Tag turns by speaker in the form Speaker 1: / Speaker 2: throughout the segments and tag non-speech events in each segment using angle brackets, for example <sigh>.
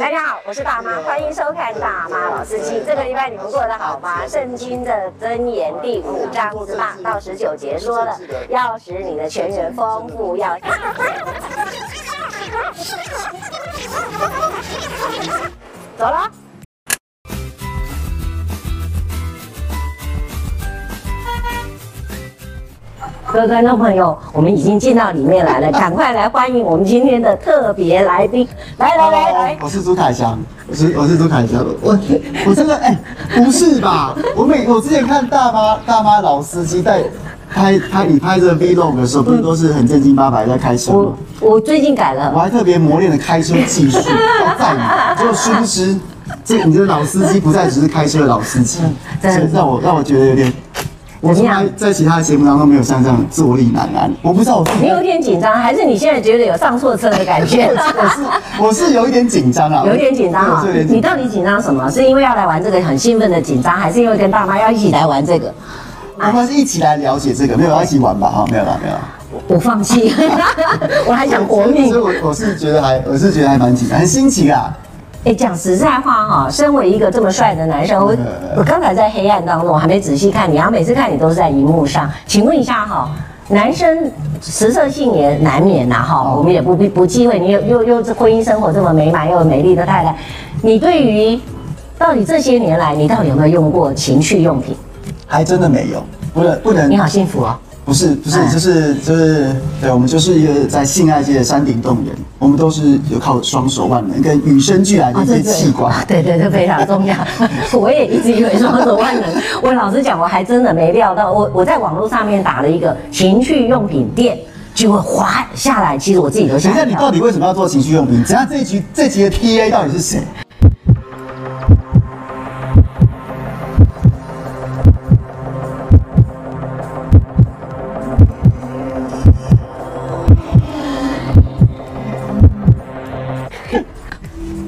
Speaker 1: 大家哎好，我是大妈，欢迎收看《大妈老司机》。这个礼拜你们过得好吗？圣经的箴言第五章十八到十九节说了，要使你的全员丰富，要。 <laughs> 走了。各位观众朋友，我们已经进到里面来了，赶快来欢迎我们今天的特别来宾！来来来来，
Speaker 2: 哦我是朱凯翔，我是我是朱凯翔，我我真的哎、不是吧？我每我之前看大妈大妈老司机在拍拍你拍这个 vlog 的时候，不是都是很正经八百在开车吗
Speaker 1: 我？我最近改
Speaker 2: 我
Speaker 1: 了，
Speaker 2: 还特别磨练了开车技
Speaker 1: <laughs>
Speaker 2: 术，要赞你。结果殊不知，这你这老司机不再只是开车的老司机，
Speaker 1: 嗯真的
Speaker 2: 所以让我让我觉得有点，我
Speaker 1: 怎
Speaker 2: 从
Speaker 1: 么样
Speaker 2: 来在其他的节目当中没有像这样坐立难安。我不知道我自己
Speaker 1: 你有点紧张，还是你现在觉得有上错车的感
Speaker 2: <laughs>
Speaker 1: 觉？
Speaker 2: 我是我是有一点紧张啊，
Speaker 1: 有点紧张
Speaker 2: 我
Speaker 1: 哈
Speaker 2: 是有点，
Speaker 1: 你
Speaker 2: 紧张。
Speaker 1: 到底紧张什么？是因为要来玩这个很兴奋的紧张，还是因为跟大妈要一起来玩这个？
Speaker 2: 我们是一起来了解这个，没有要一起玩吧？哈，没有啦，没有啦。
Speaker 1: 我放弃， <laughs> 我还想活命
Speaker 2: 所以。所以我我是觉得还我是觉得还蛮紧张，很新奇啊。
Speaker 1: 哎，讲实在话哈、身为一个这么帅的男生，我我刚才在黑暗当中，我还没仔细看你，然啊后每次看你都是在荧幕上。请问一下哈、男生食色性也难免呐、哈、我们也不不不忌讳，你又又又这婚姻生活这么美满又有美丽的太太，你对于到底这些年来，你到底有没有用过情趣用品？
Speaker 2: 还真的没有，不能不能
Speaker 1: 你，好幸福哦。
Speaker 2: 不是不是
Speaker 1: 哎，
Speaker 2: 就是就是，对我们就是一个在性爱界的山顶洞人，我们都是有靠双手万能跟与生俱来的一些器官。
Speaker 1: 啊哦对对对，非常重要。 <laughs> 我也一直以为双手万能，我老实讲，我还真的没料到，我我在网络上面打了一个情趣用品店，结果滑下来，其实我自己都吓
Speaker 2: 等一下，
Speaker 1: 一
Speaker 2: 你
Speaker 1: 跳
Speaker 2: 到。底为什么要做情趣用品？等一下这一局这集的 TA 到底是谁？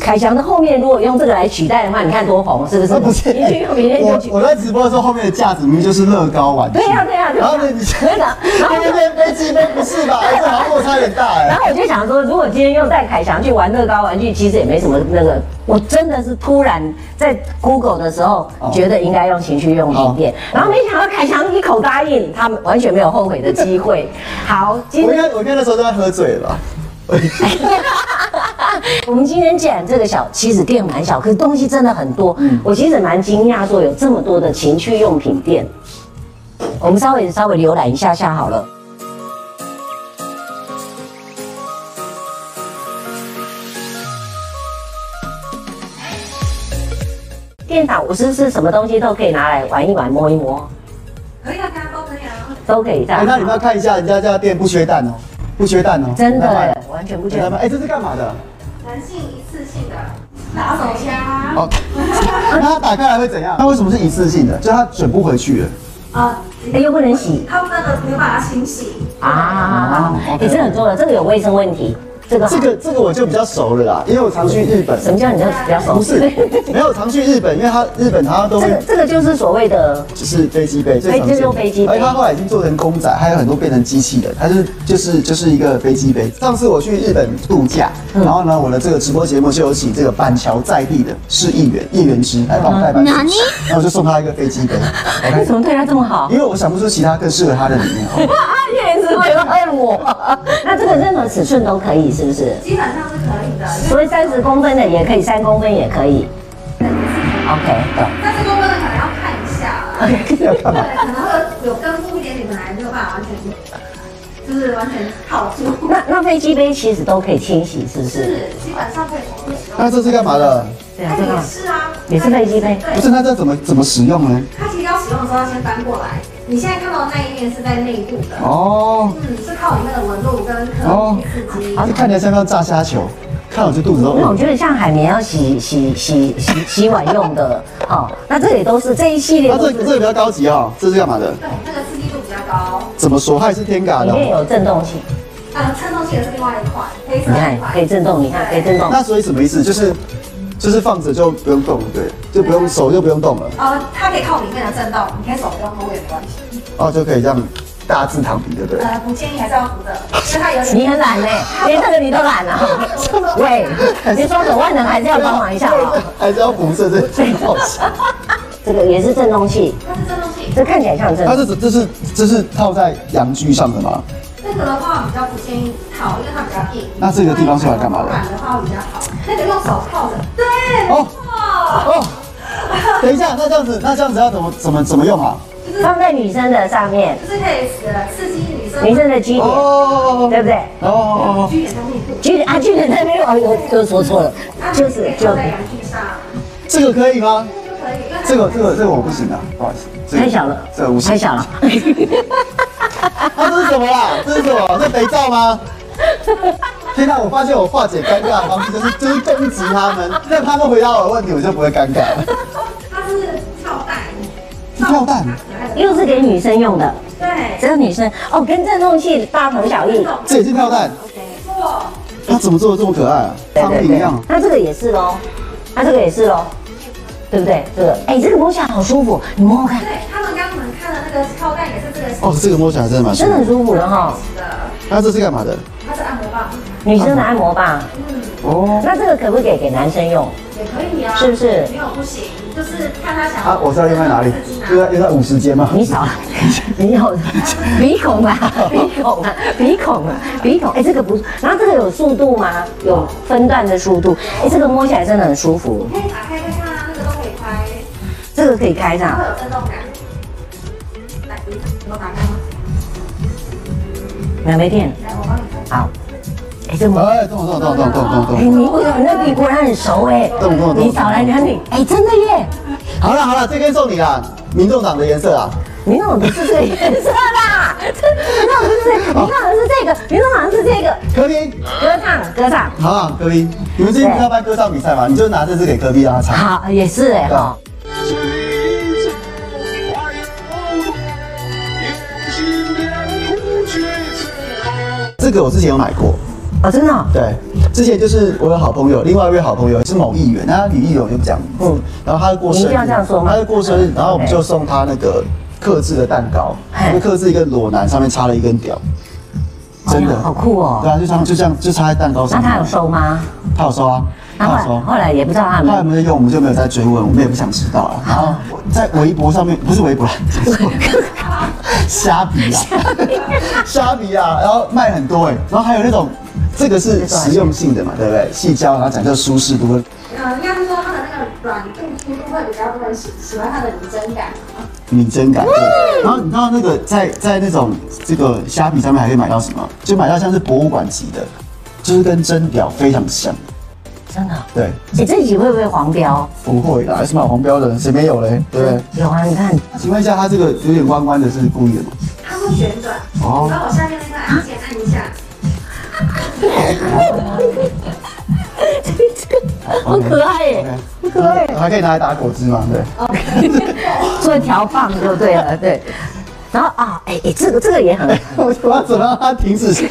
Speaker 1: 凯翔的后面如果用这个来取代的话，你看多红，是不是？
Speaker 2: 啊不是，
Speaker 1: 情趣用品店就
Speaker 2: 我
Speaker 1: 取。
Speaker 2: 我在直播的时候，后面的架子明明就是乐高玩具。
Speaker 1: 对啊呀对呀对呀
Speaker 2: 然后呢，
Speaker 1: <laughs>
Speaker 2: 你
Speaker 1: 对的然后
Speaker 2: 那边飞机杯不是吧？这好像落差有点大
Speaker 1: 然
Speaker 2: 哎。
Speaker 1: 后我就想说，如果今天用戴凯翔去玩乐高玩具，其实也没什么那个。我真的是突然在 Google 的时候，
Speaker 2: 哦
Speaker 1: 觉得应该用情趣用品店，然后没想到凯翔一口答应，他们完全没有后悔的机会。好，今
Speaker 2: 我应
Speaker 1: 天
Speaker 2: 该我应该那时候都在喝醉了吧。
Speaker 1: 我们今天既然这个小，其实店蛮小，可是东西真的很多。我其实蛮惊讶，说有这么多的情趣用品店。我们稍微稍微浏览一下下好了。电脑，我是不是什么东西都可以拿来玩一玩、摸一摸，
Speaker 3: 可以啊，大家都可以啊。
Speaker 1: 都可以这
Speaker 2: 哎、
Speaker 1: 样？
Speaker 2: 那你们要看一下人家这家店不缺蛋哦，不缺蛋哦，
Speaker 1: 真的欸啊
Speaker 2: 来
Speaker 1: 耶
Speaker 2: 卖，
Speaker 1: 完全不觉
Speaker 2: 来卖
Speaker 1: 得。
Speaker 2: 哎、这是干嘛的？
Speaker 3: 男性一次性的打手枪，
Speaker 2: 哦， <laughs> 那它打开来会怎样？它为什么是一次性的？就它卷不回去了。
Speaker 3: 啊，
Speaker 1: 哎，又不能洗
Speaker 3: 他们那个没有把它清洗。
Speaker 1: 啊！哎，这个很重要，这个有卫生问题，这个好
Speaker 2: 这个这个我就比较熟了啦，因为我常去日本。
Speaker 1: 什么叫你这比较熟？
Speaker 2: 不是，没有我常去日本，因为它日本它都
Speaker 1: <laughs> 这
Speaker 2: 会
Speaker 1: 个这个就是所谓的
Speaker 2: 就是飞机杯最常
Speaker 1: 哎这
Speaker 2: 见
Speaker 1: 就
Speaker 2: 的，
Speaker 1: 是飞机杯
Speaker 2: 而且它后来已经做成公仔，还有很多变成机器人，它是就是就是一个飞机杯。上次我去日本度假，
Speaker 1: 嗯
Speaker 2: 然后呢，我的这个直播节目就有请这个板桥在地的市议员叶元之来帮我代班主持，然后我就送他一个飞机杯，
Speaker 1: 为什么对他这么好？
Speaker 2: 因为我想不出其他更适合他的礼哦物。
Speaker 1: 叶子会恨我。 <laughs> 那这个任何尺寸都可以，是不是？
Speaker 3: 基本上是可以的，因为
Speaker 1: 所以三十公分的也可以，三公分也可以。OK，懂。
Speaker 3: 但是多分的可能要看一下啊，
Speaker 2: 要干嘛？
Speaker 3: 对，可能会有根部一点，你本来没有办法完全，就是完全套住。
Speaker 1: <laughs> 那那飞机杯其实都可以清洗，是不是？
Speaker 3: 是，基本上可以重复使用。
Speaker 2: 那这是干嘛的？
Speaker 1: 对
Speaker 3: 它也是啊，
Speaker 1: 也是飞机杯
Speaker 2: 不
Speaker 3: 对，
Speaker 2: 是，那这怎么怎么使用呢？
Speaker 3: 它其实要使用的时候要先翻过来。你现在看到的那一面是在内部的，
Speaker 2: 哦，
Speaker 3: 嗯，是靠你那个纹路跟壳体刺激。
Speaker 2: 这看起来像要炸虾球，看我这肚子都
Speaker 1: 那我
Speaker 2: 饿。
Speaker 1: 觉得像海绵要洗洗洗洗洗碗用的，哦，那这也都是这一系列
Speaker 2: 那
Speaker 1: 都
Speaker 2: 这个这个
Speaker 1: 是
Speaker 2: 比较高级哦，这是干嘛的？
Speaker 3: 对，那个刺激度比较高。
Speaker 2: 怎么说？它也是天嘎
Speaker 1: 里
Speaker 2: 的哦。
Speaker 1: 面有震动器，
Speaker 3: 呃，称重器也是另外一款，黑色
Speaker 1: 你
Speaker 3: 那一
Speaker 1: 看可以
Speaker 3: 款。
Speaker 1: 震动，你看可以震动。
Speaker 2: 那所以什么意思？就是就是放着就不用动，对，就不用手就不用动了，
Speaker 3: 呃，它可以靠里面的震动，你可以手不用摸也没关系。
Speaker 2: 哦，就可以这样大字躺平，对不对？
Speaker 3: 呃，不建议还是要扶着，因为它有点。
Speaker 1: 你很懒呢、连这个你都
Speaker 2: <laughs>
Speaker 1: 懒了、啊喂，你双手万能还是要帮忙一下啊、
Speaker 2: 还是要辐射这这好笑。
Speaker 1: 这个也是振动器，
Speaker 3: 它是振动器，
Speaker 1: 这看起来像振
Speaker 2: 它
Speaker 1: 动。
Speaker 2: 这这是这是套在阳具上的吗？
Speaker 3: 这个的话比较不建议套，因为它比较硬。
Speaker 2: 那这个地方是来干嘛的
Speaker 3: 软的话比较好，那个用手套着。对，
Speaker 2: 哦
Speaker 3: 没错，
Speaker 2: 哦，等一下，那这样子那这样子要怎么怎么怎么用啊？
Speaker 1: 放在女生的上面，
Speaker 3: 就是可以呃刺激女生
Speaker 1: 女生的肌点，
Speaker 2: 哦
Speaker 1: 对不对？
Speaker 2: 哦哦
Speaker 3: 居点在内部，
Speaker 1: 肌啊，肌点在那边，哦，我又说错了，就是就
Speaker 3: 在阳具上，
Speaker 2: 这个可以吗？
Speaker 3: 这个可以，
Speaker 2: 这个这
Speaker 3: 因为它
Speaker 2: 个这个我不行啊，不好意思，这个
Speaker 1: 太小了
Speaker 2: 这个不，行
Speaker 1: 太小
Speaker 2: <laughs>
Speaker 1: 了。
Speaker 2: 啊，这是什么啦？这是什么？这肥皂吗？天哪、我发现我化解尴尬的方式就是 <laughs> 就是攻击他们，让他们回答我的问题，我就不会尴尬了。
Speaker 1: <laughs>
Speaker 3: 它是跳蛋，
Speaker 2: 是跳蛋
Speaker 3: 它可爱的
Speaker 1: 又是给女生用的，
Speaker 3: 对，
Speaker 1: 只有女生哦，跟振动器大同小异。
Speaker 2: 这也是跳蛋，
Speaker 3: 没错，
Speaker 2: 它怎么做的这么可爱啊？
Speaker 1: 对
Speaker 2: 方
Speaker 1: 对
Speaker 2: 瓶一
Speaker 1: 对
Speaker 2: 样，，
Speaker 1: 那这个也是喽，那这个也是喽，对不对？这个，哎，这个摸起来好舒服，你摸摸看，
Speaker 3: 对，他们刚刚我们看的那个跳蛋也是这个
Speaker 2: 哦，这个摸起来真的蛮舒
Speaker 1: 真的很
Speaker 2: 服。
Speaker 1: 舒服的哈。
Speaker 3: 的，
Speaker 2: 那这是干嘛的？
Speaker 3: 它是按摩棒，
Speaker 1: 女生的按摩棒，
Speaker 2: 哦，
Speaker 1: 那这个可不可以给男生用？
Speaker 3: 也可以啊，
Speaker 1: 是不是
Speaker 3: 没有不行，就是看他想要
Speaker 2: 啊，我知道用在哪里
Speaker 3: 刺激，
Speaker 2: 用在用在五十间吗？
Speaker 1: 你 <laughs> 少，啊你有鼻孔啊，鼻孔啊，鼻孔啊，鼻孔。哎，这个不，然后这个有速度吗？有分段的速度。哎，这个摸起来真的很舒服，
Speaker 3: 可以打开看看啊，那个都可以拍，
Speaker 1: 这个可以开上
Speaker 3: 会。有震动感。来，你我打开吗？
Speaker 1: 哪没电？
Speaker 3: 来，我帮你看。
Speaker 1: 好。哎，这摸。
Speaker 2: 哎，动动动动动动动，
Speaker 1: 哎，你为什么那笔果然很熟哎？
Speaker 2: 动动动
Speaker 1: 你找来看你，哎，真的耶！
Speaker 2: 好了好了，这个送你啦，民众党的颜色啊。
Speaker 1: 你弄的不是这个颜色吧？这你弄的不是这个，你弄的是这个，你弄好像是这个。
Speaker 2: 柯宾，
Speaker 1: 歌唱，歌唱，
Speaker 2: 好啊，柯宾，你们最近不是要办歌唱比赛吗？你就拿这支给柯宾让他唱。
Speaker 1: 好，也是哎哈。
Speaker 2: 这个我之前有买过，
Speaker 1: 哦，真的哦、
Speaker 2: 对，之前就是我有好朋友，另外一位好朋友是某议员，那他女议员我就不讲名字，
Speaker 1: 嗯
Speaker 2: 然后他就过生日，
Speaker 1: 你一定要这样说吗
Speaker 2: 他就过生日，然后我们
Speaker 1: 嗯
Speaker 2: 就送他那个克制的蛋糕，
Speaker 1: 嘿
Speaker 2: 就克制一个裸男上面插了一根屌，
Speaker 1: 哎呀
Speaker 2: 真的
Speaker 1: 好酷哦
Speaker 2: 对啊，就这样就这样就插在蛋糕
Speaker 1: 那
Speaker 2: 上面，
Speaker 1: 他有收吗？
Speaker 2: 他有收啊，
Speaker 1: 那
Speaker 2: 他有
Speaker 1: 后来
Speaker 2: 收。
Speaker 1: 后来也不知道他有没
Speaker 2: 他
Speaker 1: 有
Speaker 2: 有没有用，我们就没有再追问，我们也不想知道了。然后我在微博上面，不是微 <laughs> 博啦，虾皮啊，虾皮啊，然后卖很多哎、然后还有那种，这个是实用性的嘛，对不对？细胶，然后讲究舒适度。
Speaker 3: 呃，应该是说它的那个软度、粗度会比较多人喜喜欢它的拟真感。
Speaker 2: 拟真感对，然后你知道那个在在那种这个虾皮上面还可以买到什么？就买到像是博物馆级的，就是跟真表非常像。
Speaker 1: 真的哦。
Speaker 2: 对，
Speaker 1: 哎，这集会不会黄标？
Speaker 2: 不会啦，还是买黄标的，谁没有嘞？对不对？
Speaker 1: 有啊，你 <laughs> 看，
Speaker 2: 请问一下，它这个有点弯弯的，是故意的吗？
Speaker 3: 它会旋转，
Speaker 2: 哦
Speaker 3: 你把我下面那个按键按一下，
Speaker 1: 好可爱 <laughs> 耶，
Speaker 2: OK，还可以拿来打果汁嘛？对，
Speaker 1: 做调棒就对了，对。然后啊，哎哎，这个这个也很，
Speaker 2: 我我要怎么让它停止？要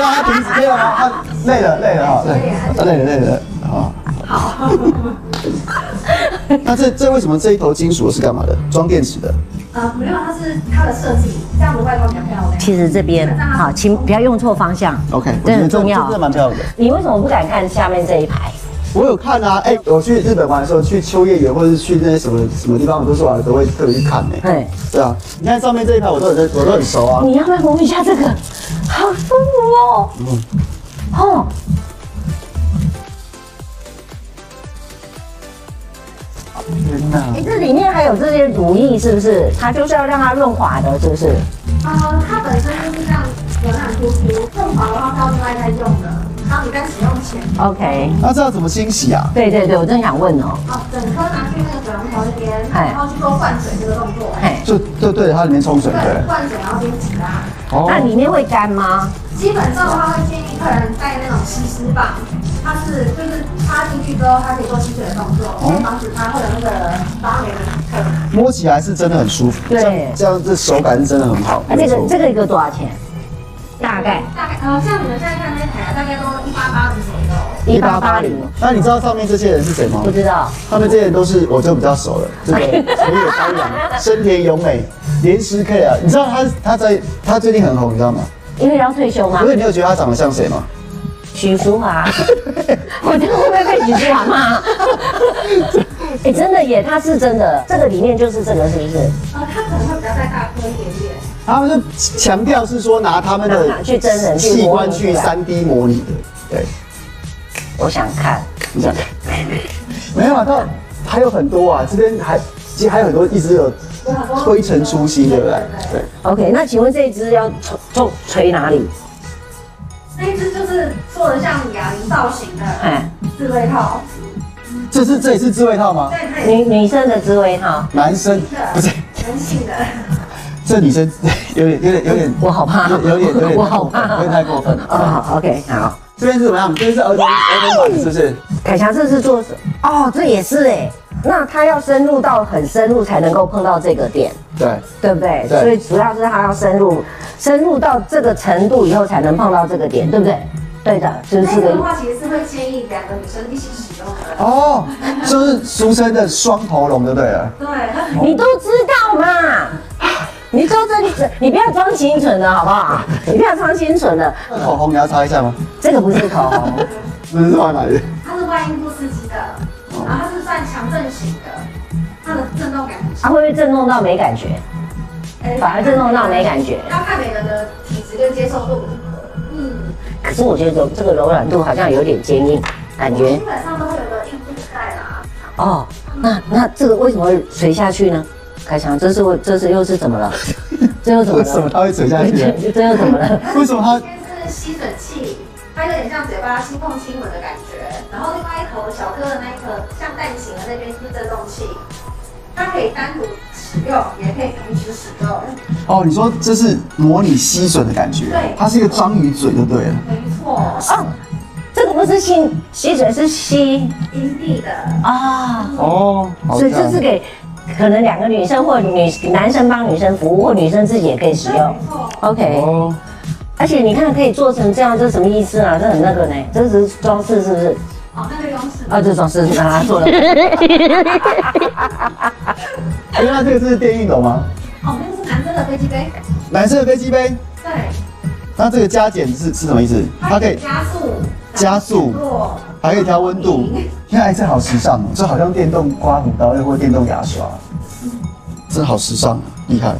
Speaker 2: 让它停止，可以吗？啊累了，累了哈，对，累了，累了，好。那这这为什么这一头金属是干嘛的？装电池的。
Speaker 3: 呃，没有，它是它的设计，这样的外观比较漂亮。
Speaker 1: 其实这 <laughs> 边好，请不要用错方向，
Speaker 2: OK，
Speaker 1: 这很重要
Speaker 2: 真的蛮漂亮的。
Speaker 1: 你为什么不敢看下面这一排？
Speaker 2: 我有看啊，哎，我去日本玩的时候，去秋叶原或者是去那些什么什么地方，我都是玩的都会特别去看呢。
Speaker 1: 对，
Speaker 2: 对啊，你看上面这一排我都很我都很熟啊。
Speaker 1: 哦你要不要摸一下这个？好舒服哦。哦，
Speaker 2: 天哪！
Speaker 1: 哎，这里面还有这些乳液，是不是？它就是要让它润滑的，是不是？
Speaker 3: 呃，它本身就是这样软软突出，更薄的话它要另外再用的。然后你在使用前，
Speaker 1: OK，
Speaker 2: 那这要怎么清洗啊？
Speaker 1: 对对对，我正想问哦。
Speaker 3: 哦，整颗拿去那个水龙头那边，
Speaker 1: 嗨
Speaker 3: 然后去做换水这个动作。
Speaker 1: 嘿，
Speaker 2: 就就对着它里面冲水，
Speaker 3: 对，
Speaker 2: 对。
Speaker 3: 换水然后边挤拉。
Speaker 2: 哦
Speaker 1: 那里面会干吗？
Speaker 3: 基本上的话，会建议客人带那种吸湿棒，它是就是插进去之后，它可以做吸水的动作，
Speaker 1: 哦
Speaker 3: 可以防止它会有那个发霉的可能。
Speaker 2: 摸起来是真的很舒服，
Speaker 1: 对
Speaker 2: 这样这样这手感是真的很好。
Speaker 1: 那啊这
Speaker 2: 没
Speaker 1: 个
Speaker 2: 错
Speaker 1: 这个一个多少钱？大概
Speaker 3: 大概呃，像你们现在看那台啊，大概都一八八零左右。
Speaker 1: 一八八零，
Speaker 2: 那你知道上面这些人是谁吗
Speaker 1: 不？知道。
Speaker 2: 他们这些人都是我就比较熟了，这个河野高阳、深田由美、连石 K 啊，你知道他他在他最近很红，你知道吗？
Speaker 1: 因为要退休嘛
Speaker 2: <laughs> 不，是，你有觉得他长得像谁吗？
Speaker 1: 许淑华，我这样会不会被许淑华骂？ <laughs> 哎、真的耶，他是真的，这个里面就是这个，是不是？
Speaker 3: 呃，他可能会比较再大颗一点点。
Speaker 2: 他们就强调是说拿他们
Speaker 1: 拿
Speaker 2: 的
Speaker 1: 去真人去模拟
Speaker 2: 器官去
Speaker 1: 出来
Speaker 2: 三 D 模拟的，对，
Speaker 1: 我想看，
Speaker 2: 你想，没有啊，到还有很多啊，这边还其实还有很多一直有推陈出新，对不对？对，
Speaker 1: OK，那请问这一只要冲冲捶哪里？
Speaker 3: 那一只就是做的像哑铃造型的
Speaker 1: 哎，
Speaker 3: 自慰套，
Speaker 2: 这是这也是自慰套吗？
Speaker 3: 对，它也
Speaker 1: 女女生的滋味套，
Speaker 2: 男生不是
Speaker 3: 是男性的。
Speaker 2: 这女生有点有点有点
Speaker 1: 我好怕，
Speaker 2: 有有点有点
Speaker 1: <laughs> 我好怕，
Speaker 2: 有点太过分了
Speaker 1: 哦，好，OK，好。
Speaker 2: 这边是怎么样？这边是儿童儿童版是不是？
Speaker 1: 凯霞这是做哦，这也是哎，那他要深入到很深入才能够碰到这个点，
Speaker 2: 对，
Speaker 1: 对不对？
Speaker 2: 对
Speaker 1: 所以主要是他要深入，深入到这个程度以后才能碰到这个点，对不对？对的，是不
Speaker 3: 那
Speaker 1: 是这个意
Speaker 3: 个的
Speaker 1: 思？
Speaker 3: 话，其实是会建议两个女生一起使用的。
Speaker 2: 哦，就是俗称的双头龙就对了。
Speaker 3: 对，
Speaker 1: 你都知道嘛？你说这，你不要装清纯了，好不好？你不要装清纯了，
Speaker 2: 口红你要擦一下吗？
Speaker 1: 这个不是口红。
Speaker 2: 这是外来的。
Speaker 3: 它是外阴部刺激的，然后它是算强震型的，它的震动感很强
Speaker 1: 它、，会不会震动到没感觉？
Speaker 3: 哎
Speaker 1: 反而震动到没感觉。
Speaker 3: 要看每个人的体质跟接受度。嗯，
Speaker 1: 可是我觉得柔这个柔软度好像有点坚硬，
Speaker 2: 嗯
Speaker 1: 感觉
Speaker 3: 基本上都会有个硬度在啦。
Speaker 1: 哦。那那这个为什么会垂下去呢？开翔，这是我这是又是怎
Speaker 2: <laughs>
Speaker 1: 么了？这又怎么
Speaker 2: 为什么
Speaker 1: 了？
Speaker 2: 它会垂下去？
Speaker 1: <laughs> 这这又怎么了？
Speaker 2: <laughs> 为什么它
Speaker 3: 先是吸吮器，它有点像嘴巴轻碰亲吻的感觉，然后另外一头小哥的那一颗像蛋形的那边是震动器，它可以单独使用，也可以同时使用。
Speaker 2: 哦，你说这是模拟吸吮的感觉，
Speaker 3: 对
Speaker 2: 它是一个章鱼嘴就对了。
Speaker 3: 没错，
Speaker 1: 哦，这个不是吸吸嘴是吸
Speaker 3: 阴蒂的。
Speaker 1: 啊。
Speaker 2: 哦，好
Speaker 1: 所以这是给可能两个女生或女男生帮女生服务，或女生自己也可以使用
Speaker 3: 没。错，
Speaker 1: OK，
Speaker 2: 哦，
Speaker 1: 而且你看可以做成这样，这什么意思啊？这很那个呢，这只是装饰是不是？
Speaker 3: 哦，那个勇士
Speaker 1: <laughs> 啊，这装饰拿来做的。
Speaker 2: 哎，那这个是电熨斗吗？
Speaker 3: 哦，那个是男生的飞机杯，
Speaker 2: 男生的飞机杯，
Speaker 3: 对，
Speaker 2: 那这个加减是是什么意思？它可以
Speaker 3: 加速，
Speaker 2: 加速
Speaker 3: 落，
Speaker 2: 还可以调温度，现在这好时尚哦，这好像电动刮胡刀又或电动牙刷，这好时尚，厉害！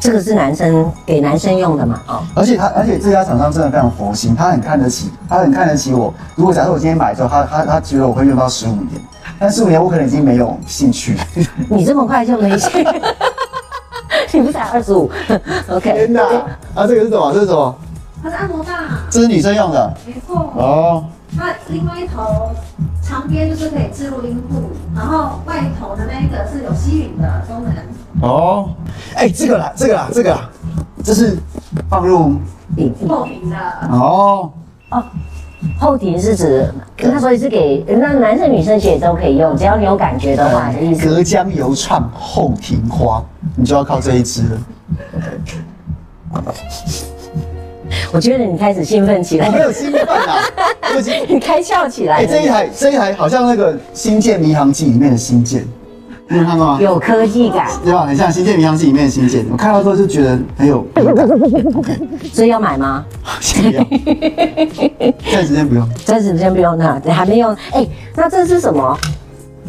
Speaker 1: 这个是男生给男生用的嘛？哦，
Speaker 2: 而且他，而且这家厂商真的非常佛心，他很看得起，他很看得起我。如果假设我今天买之后，他他他觉得我会用到十五年，但十五年我可能已经没有兴趣。
Speaker 1: 你这么快就没去， <laughs> 你不才二十五？OK， <laughs>
Speaker 2: 天 <laughs> 哪！啊，这个是什么？这是什么？
Speaker 3: 它是按摩棒，
Speaker 2: 这是女生用的
Speaker 3: 没错，
Speaker 2: 哦。
Speaker 3: 它另外一头长边就是可以置入阴部，然后外头的那一个是有吸吮的功能，
Speaker 2: 哦，哎、这个啦，这个啦，这个啦，这是放入
Speaker 1: 你
Speaker 3: 后庭的，
Speaker 2: 哦。
Speaker 1: 后庭是指，那所以是给那男生女生其实都可以用，只要你有感觉的话的意思。
Speaker 2: 隔江犹唱后庭花，你就要靠这一支了。
Speaker 1: 我觉得你开始兴奋起
Speaker 2: 我
Speaker 1: 来 <laughs>
Speaker 2: 没，有兴奋啊，我已经
Speaker 1: 你开窍起来
Speaker 2: 哎、
Speaker 1: 了。
Speaker 2: 这一台这一台好像那个《星舰迷航记》里面的星舰，你有看过吗？
Speaker 1: 有科技感，
Speaker 2: 对吧？很像《星舰迷航记》里面的星舰，我看到之后就觉得很有很有感。
Speaker 1: 所以要买吗？
Speaker 2: 先不要，暂时先不用。
Speaker 1: 暂时先不用那，还没用。哎、那这是什么？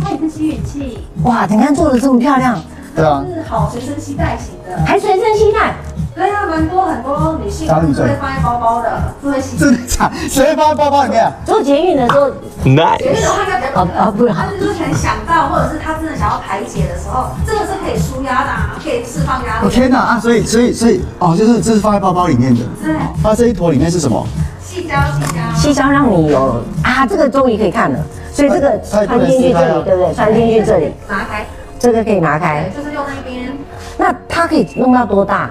Speaker 3: 它也是吸吮器，
Speaker 1: 哇，你看做的这么漂亮，
Speaker 2: 对啊
Speaker 3: 是好随身携带型的，
Speaker 1: 还随身携带。
Speaker 3: 对啊，蛮多很多女性
Speaker 2: 打女
Speaker 3: 是
Speaker 2: 针
Speaker 3: 会放在包包的，是会吸。
Speaker 2: 真的假的？谁会放在包包里面啊？
Speaker 1: 做捷运的时候，
Speaker 3: 有些
Speaker 4: Nice.
Speaker 3: 人话应该比较
Speaker 1: 哦哦不然
Speaker 3: 他是之前想到，或者是他真的想要排解的时候，这个是可以舒压的、啊，可以释放压
Speaker 2: 我、
Speaker 3: 力。
Speaker 2: 天哪啊！所以所以所以哦，就是这是放在包包里面的。
Speaker 3: 对，
Speaker 2: 它、啊这一坨里面是什么？
Speaker 3: 细胶细胶，
Speaker 1: 西装让你有啊，这个终于可以看了。所以这个
Speaker 2: 它也不
Speaker 1: 穿
Speaker 2: 能
Speaker 1: 进去
Speaker 2: 撕开
Speaker 1: 这
Speaker 2: 啊
Speaker 1: 里，对不对？穿进去这里，
Speaker 3: 拿开，
Speaker 1: 这个可以拿开
Speaker 3: 对，。就是用那边，
Speaker 1: 那它可以弄到多大？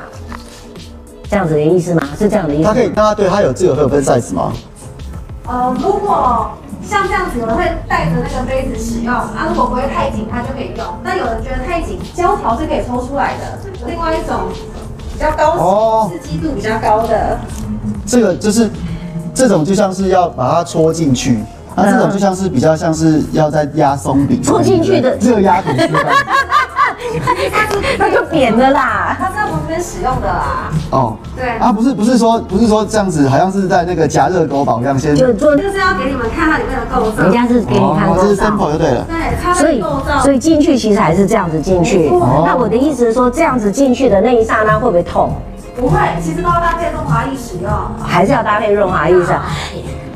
Speaker 1: 这样子的意思吗？是这样的意思
Speaker 2: 它
Speaker 1: 吗
Speaker 2: 可以，大家对它有这个会有分 size 吗？
Speaker 3: 呃，如果像这样子，有人会带着那个杯子使用，啊，如果不会太紧，它就可以用。但有人觉得太紧，胶条是可以抽出来的。另外一种比较高
Speaker 2: 哦
Speaker 3: 刺激度比较高的，
Speaker 2: 这个就是这种就像是要把它戳进去，那这种就像是比较像是要在压松饼，
Speaker 1: 戳进去的
Speaker 2: 热压吐司饭。
Speaker 1: 那就扁的啦。
Speaker 3: 它是在旁边使用的啦。
Speaker 2: 哦，
Speaker 3: 对
Speaker 2: 啊，不是不是说不是说这样子，好像是在那个加热狗堡一样先，
Speaker 1: 就做，
Speaker 3: 就是要给你们看它里面的构造
Speaker 1: 人。家是给你看
Speaker 2: 哦，这
Speaker 1: 过
Speaker 2: 是
Speaker 1: 照
Speaker 2: sample 就对了。
Speaker 3: 对，它
Speaker 1: 所
Speaker 3: 的
Speaker 1: 以
Speaker 3: 构造，
Speaker 1: 所以进去其实还是这样子进去。
Speaker 3: 没错
Speaker 1: 那我的意思是说，这样子进去的那一刹那会不会痛？
Speaker 3: 不会，其实都要搭配润滑液使用。
Speaker 1: 还是要搭配润滑液上？
Speaker 3: 啊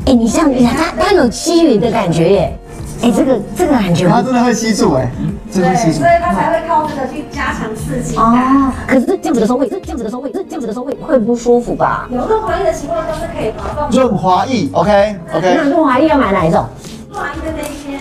Speaker 1: 哎，你这样子，它它有吸吮的感觉耶。哎，这个这个感觉
Speaker 2: 它真的会吸住哎、真的
Speaker 3: 对，
Speaker 2: 会吸住
Speaker 3: 所。以它才会靠这个去加强刺激感。
Speaker 1: 哦。可是这样子的时候会，这样子的时候会，这样子的时候会会不舒服吧？
Speaker 3: 有润滑液的情况都是可以滑动
Speaker 2: 润滑液，OK
Speaker 1: 那
Speaker 2: OK，
Speaker 1: 润滑液要买哪一种？
Speaker 3: 润滑液的那一边。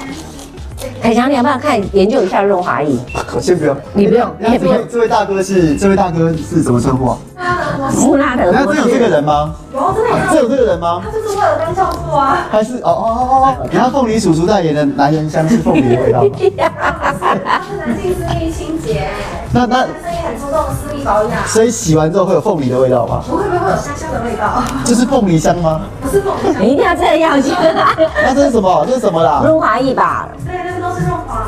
Speaker 1: 凯翔，你要不要看研究一下润滑液？
Speaker 2: 先不用，
Speaker 1: 你不用你
Speaker 2: 那
Speaker 1: 也不
Speaker 2: 这
Speaker 1: 用
Speaker 2: 位这位大哥是这位大哥是怎么称呼啊？
Speaker 3: 它的模式，
Speaker 1: 穆拉德
Speaker 2: 那
Speaker 1: 多
Speaker 2: 这有这个
Speaker 1: 士。
Speaker 2: 人吗？啊
Speaker 3: 有真的有
Speaker 2: 这
Speaker 3: 让
Speaker 2: 有这个人吗
Speaker 3: 它？啊就是为了当教父啊。 <laughs>
Speaker 2: 还是哦哦哦 <laughs> 哦，然后凤梨叔叔代言的男人香是凤梨的味 <laughs> 道吗？
Speaker 3: 它是男性私密清洁，
Speaker 2: 那那
Speaker 3: 男生也很注重私密保养。
Speaker 2: 所以洗完之后会有凤梨的味道吗？
Speaker 3: 不会不会会有香香的味道， <laughs>
Speaker 2: 这是凤梨香吗？
Speaker 3: 不是凤梨香，
Speaker 1: 你一定要这样去
Speaker 2: 那这是什么？这是什么啦？
Speaker 1: 润滑液吧。
Speaker 3: 对，那个都是润滑。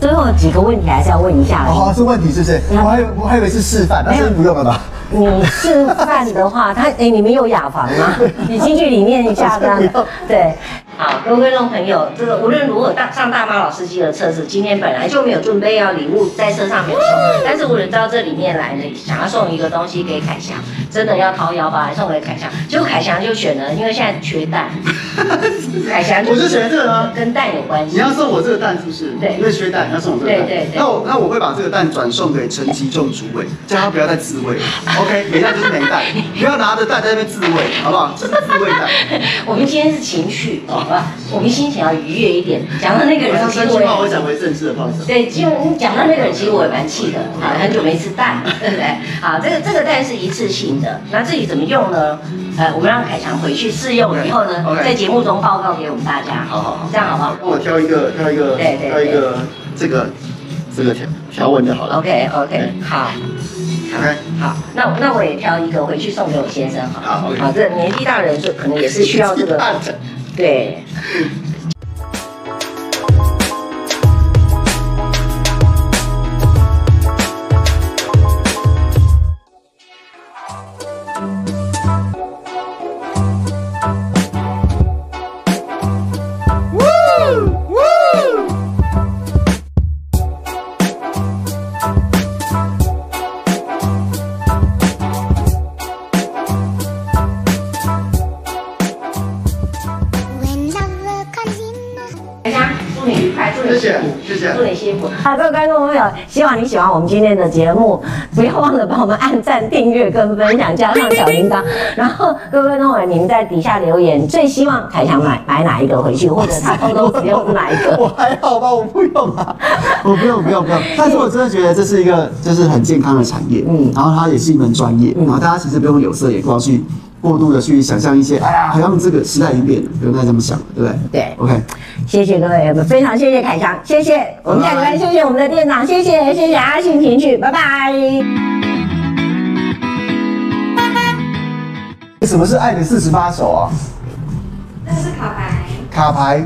Speaker 1: 最后几个问题还是要问一下而已。
Speaker 2: 哦，是问题是不是？我还以为我还以为是示范，但是不用了吧？
Speaker 1: 你示范
Speaker 2: <laughs>
Speaker 1: 的话，他哎、你们有雅房吗？你进去里面一下，这样
Speaker 2: 不用
Speaker 1: 对。好，各位观众朋友，这个无论如何大上大妈老司机的车子，今天本来就没有准备要礼物在车上没有送，
Speaker 2: 嗯
Speaker 1: 但是无人到这里面来呢，想要送一个东西给凯翔，真的要掏腰包来送给凯翔，结果凯翔就选了，因为现在缺
Speaker 2: <laughs>
Speaker 1: 蛋，凯翔
Speaker 2: 我就选了这个啊
Speaker 1: 跟蛋有关
Speaker 2: 你
Speaker 1: 系。
Speaker 2: 要送我这个蛋是不是？
Speaker 1: 对
Speaker 2: 因为缺蛋，要送我这个蛋。
Speaker 1: 对对对
Speaker 2: 那我那我会把这个蛋转送给陈吉仲主委，叫他不要再自 <laughs> 慰。OK，没蛋就是没 <laughs> 蛋，不要拿着蛋在那边自慰，好不好？这是自慰 <laughs> 蛋。
Speaker 1: <laughs> 我们今天是情绪，好吧？我们心情要愉悦一点。讲到那个
Speaker 2: 我
Speaker 1: 人，
Speaker 2: 上
Speaker 1: 其实
Speaker 2: 三句
Speaker 1: 也
Speaker 2: 话，我讲回正事的，不好意思。
Speaker 1: 对，就你讲到那个人，其实我也蛮气的，好，很久没吃蛋，对不对？好，这个这个蛋是一次性的，那至于怎么用呢？呃，我们让凯翔回去试用以后呢
Speaker 2: OK，OK
Speaker 1: 在节目中报告给我们大家，
Speaker 2: 好好好
Speaker 1: 这样好不好
Speaker 2: 那我挑一个，挑一个，
Speaker 1: 对对对
Speaker 2: 挑一个这个这个条条纹就好了。
Speaker 1: ？OK OK，好，
Speaker 2: OK，
Speaker 1: 好，那我那我也挑一个回去送给我先生，好，
Speaker 2: 好，OK
Speaker 1: 好，这年纪大的人就可能也是需要这个，
Speaker 2: 蛋的
Speaker 1: 对。
Speaker 4: When love comes in
Speaker 1: 大
Speaker 4: the
Speaker 1: 家祝你愉快，祝你幸福，
Speaker 2: <laughs> 谢谢谢
Speaker 1: <laughs>
Speaker 2: 谢
Speaker 1: 祝你幸福。好，各位观众朋友，希望你喜欢我们今天的节目，不要忘了帮我们按赞、订阅跟分享，加上小铃铛。然后，各位观众朋友，你们在底下留言，最希望凯翔买买哪一个回去，或者他偷偷只用哪一个。
Speaker 2: 我还好吧，我不用 <laughs> 啊，我不用不用不
Speaker 1: <laughs>
Speaker 2: 用。但是我真的觉得这是一个就是很健康的产业，
Speaker 1: 嗯
Speaker 2: 嗯，然后它也是一门专业，然后大家其实不用有色眼光去过度的去想象一些，哎呀，好像这个时代已经变了，不用再这么想了，对 <laughs> 不对？
Speaker 1: 对
Speaker 2: ，OK，
Speaker 1: 谢谢各位，非常谢谢凯翔，谢谢我们下礼拜，谢谢我们的店长，谢谢谢谢阿信情趣，拜拜。
Speaker 2: 什么是爱的四十八首啊？
Speaker 3: 那个是卡牌，
Speaker 2: 卡牌，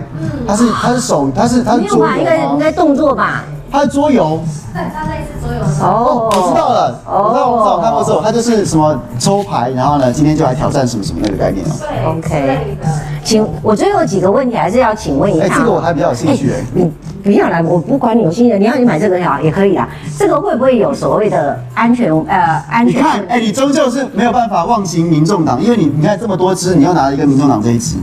Speaker 2: 它是它是手，它是它是
Speaker 1: 嗯没有啊
Speaker 2: 桌
Speaker 1: 吧？应该
Speaker 2: 游
Speaker 1: 应
Speaker 2: 吗？
Speaker 1: 该动作吧？
Speaker 2: 它是桌游。
Speaker 3: 对，它类似所有的。
Speaker 1: 哦
Speaker 2: 哦，我知道了，我知道，我知道，我看过这种，它就是什么抽牌，然后呢，今天就来挑战什么什么那个概念哦。
Speaker 3: 对
Speaker 1: OK
Speaker 3: 之类的。
Speaker 1: 请我最后几个问题还是要请问一下。
Speaker 2: 哎，这个我还比较有兴趣哎。
Speaker 1: 你不要来，我不管你有新人，你要你买这个也好也可以啊。这个会不会有所谓的安全呃安
Speaker 2: 你
Speaker 1: 全？
Speaker 2: 看，哎，你终究是没有办法忘情民众党，因为你你看这么多支，你又拿了一个民众党这一支。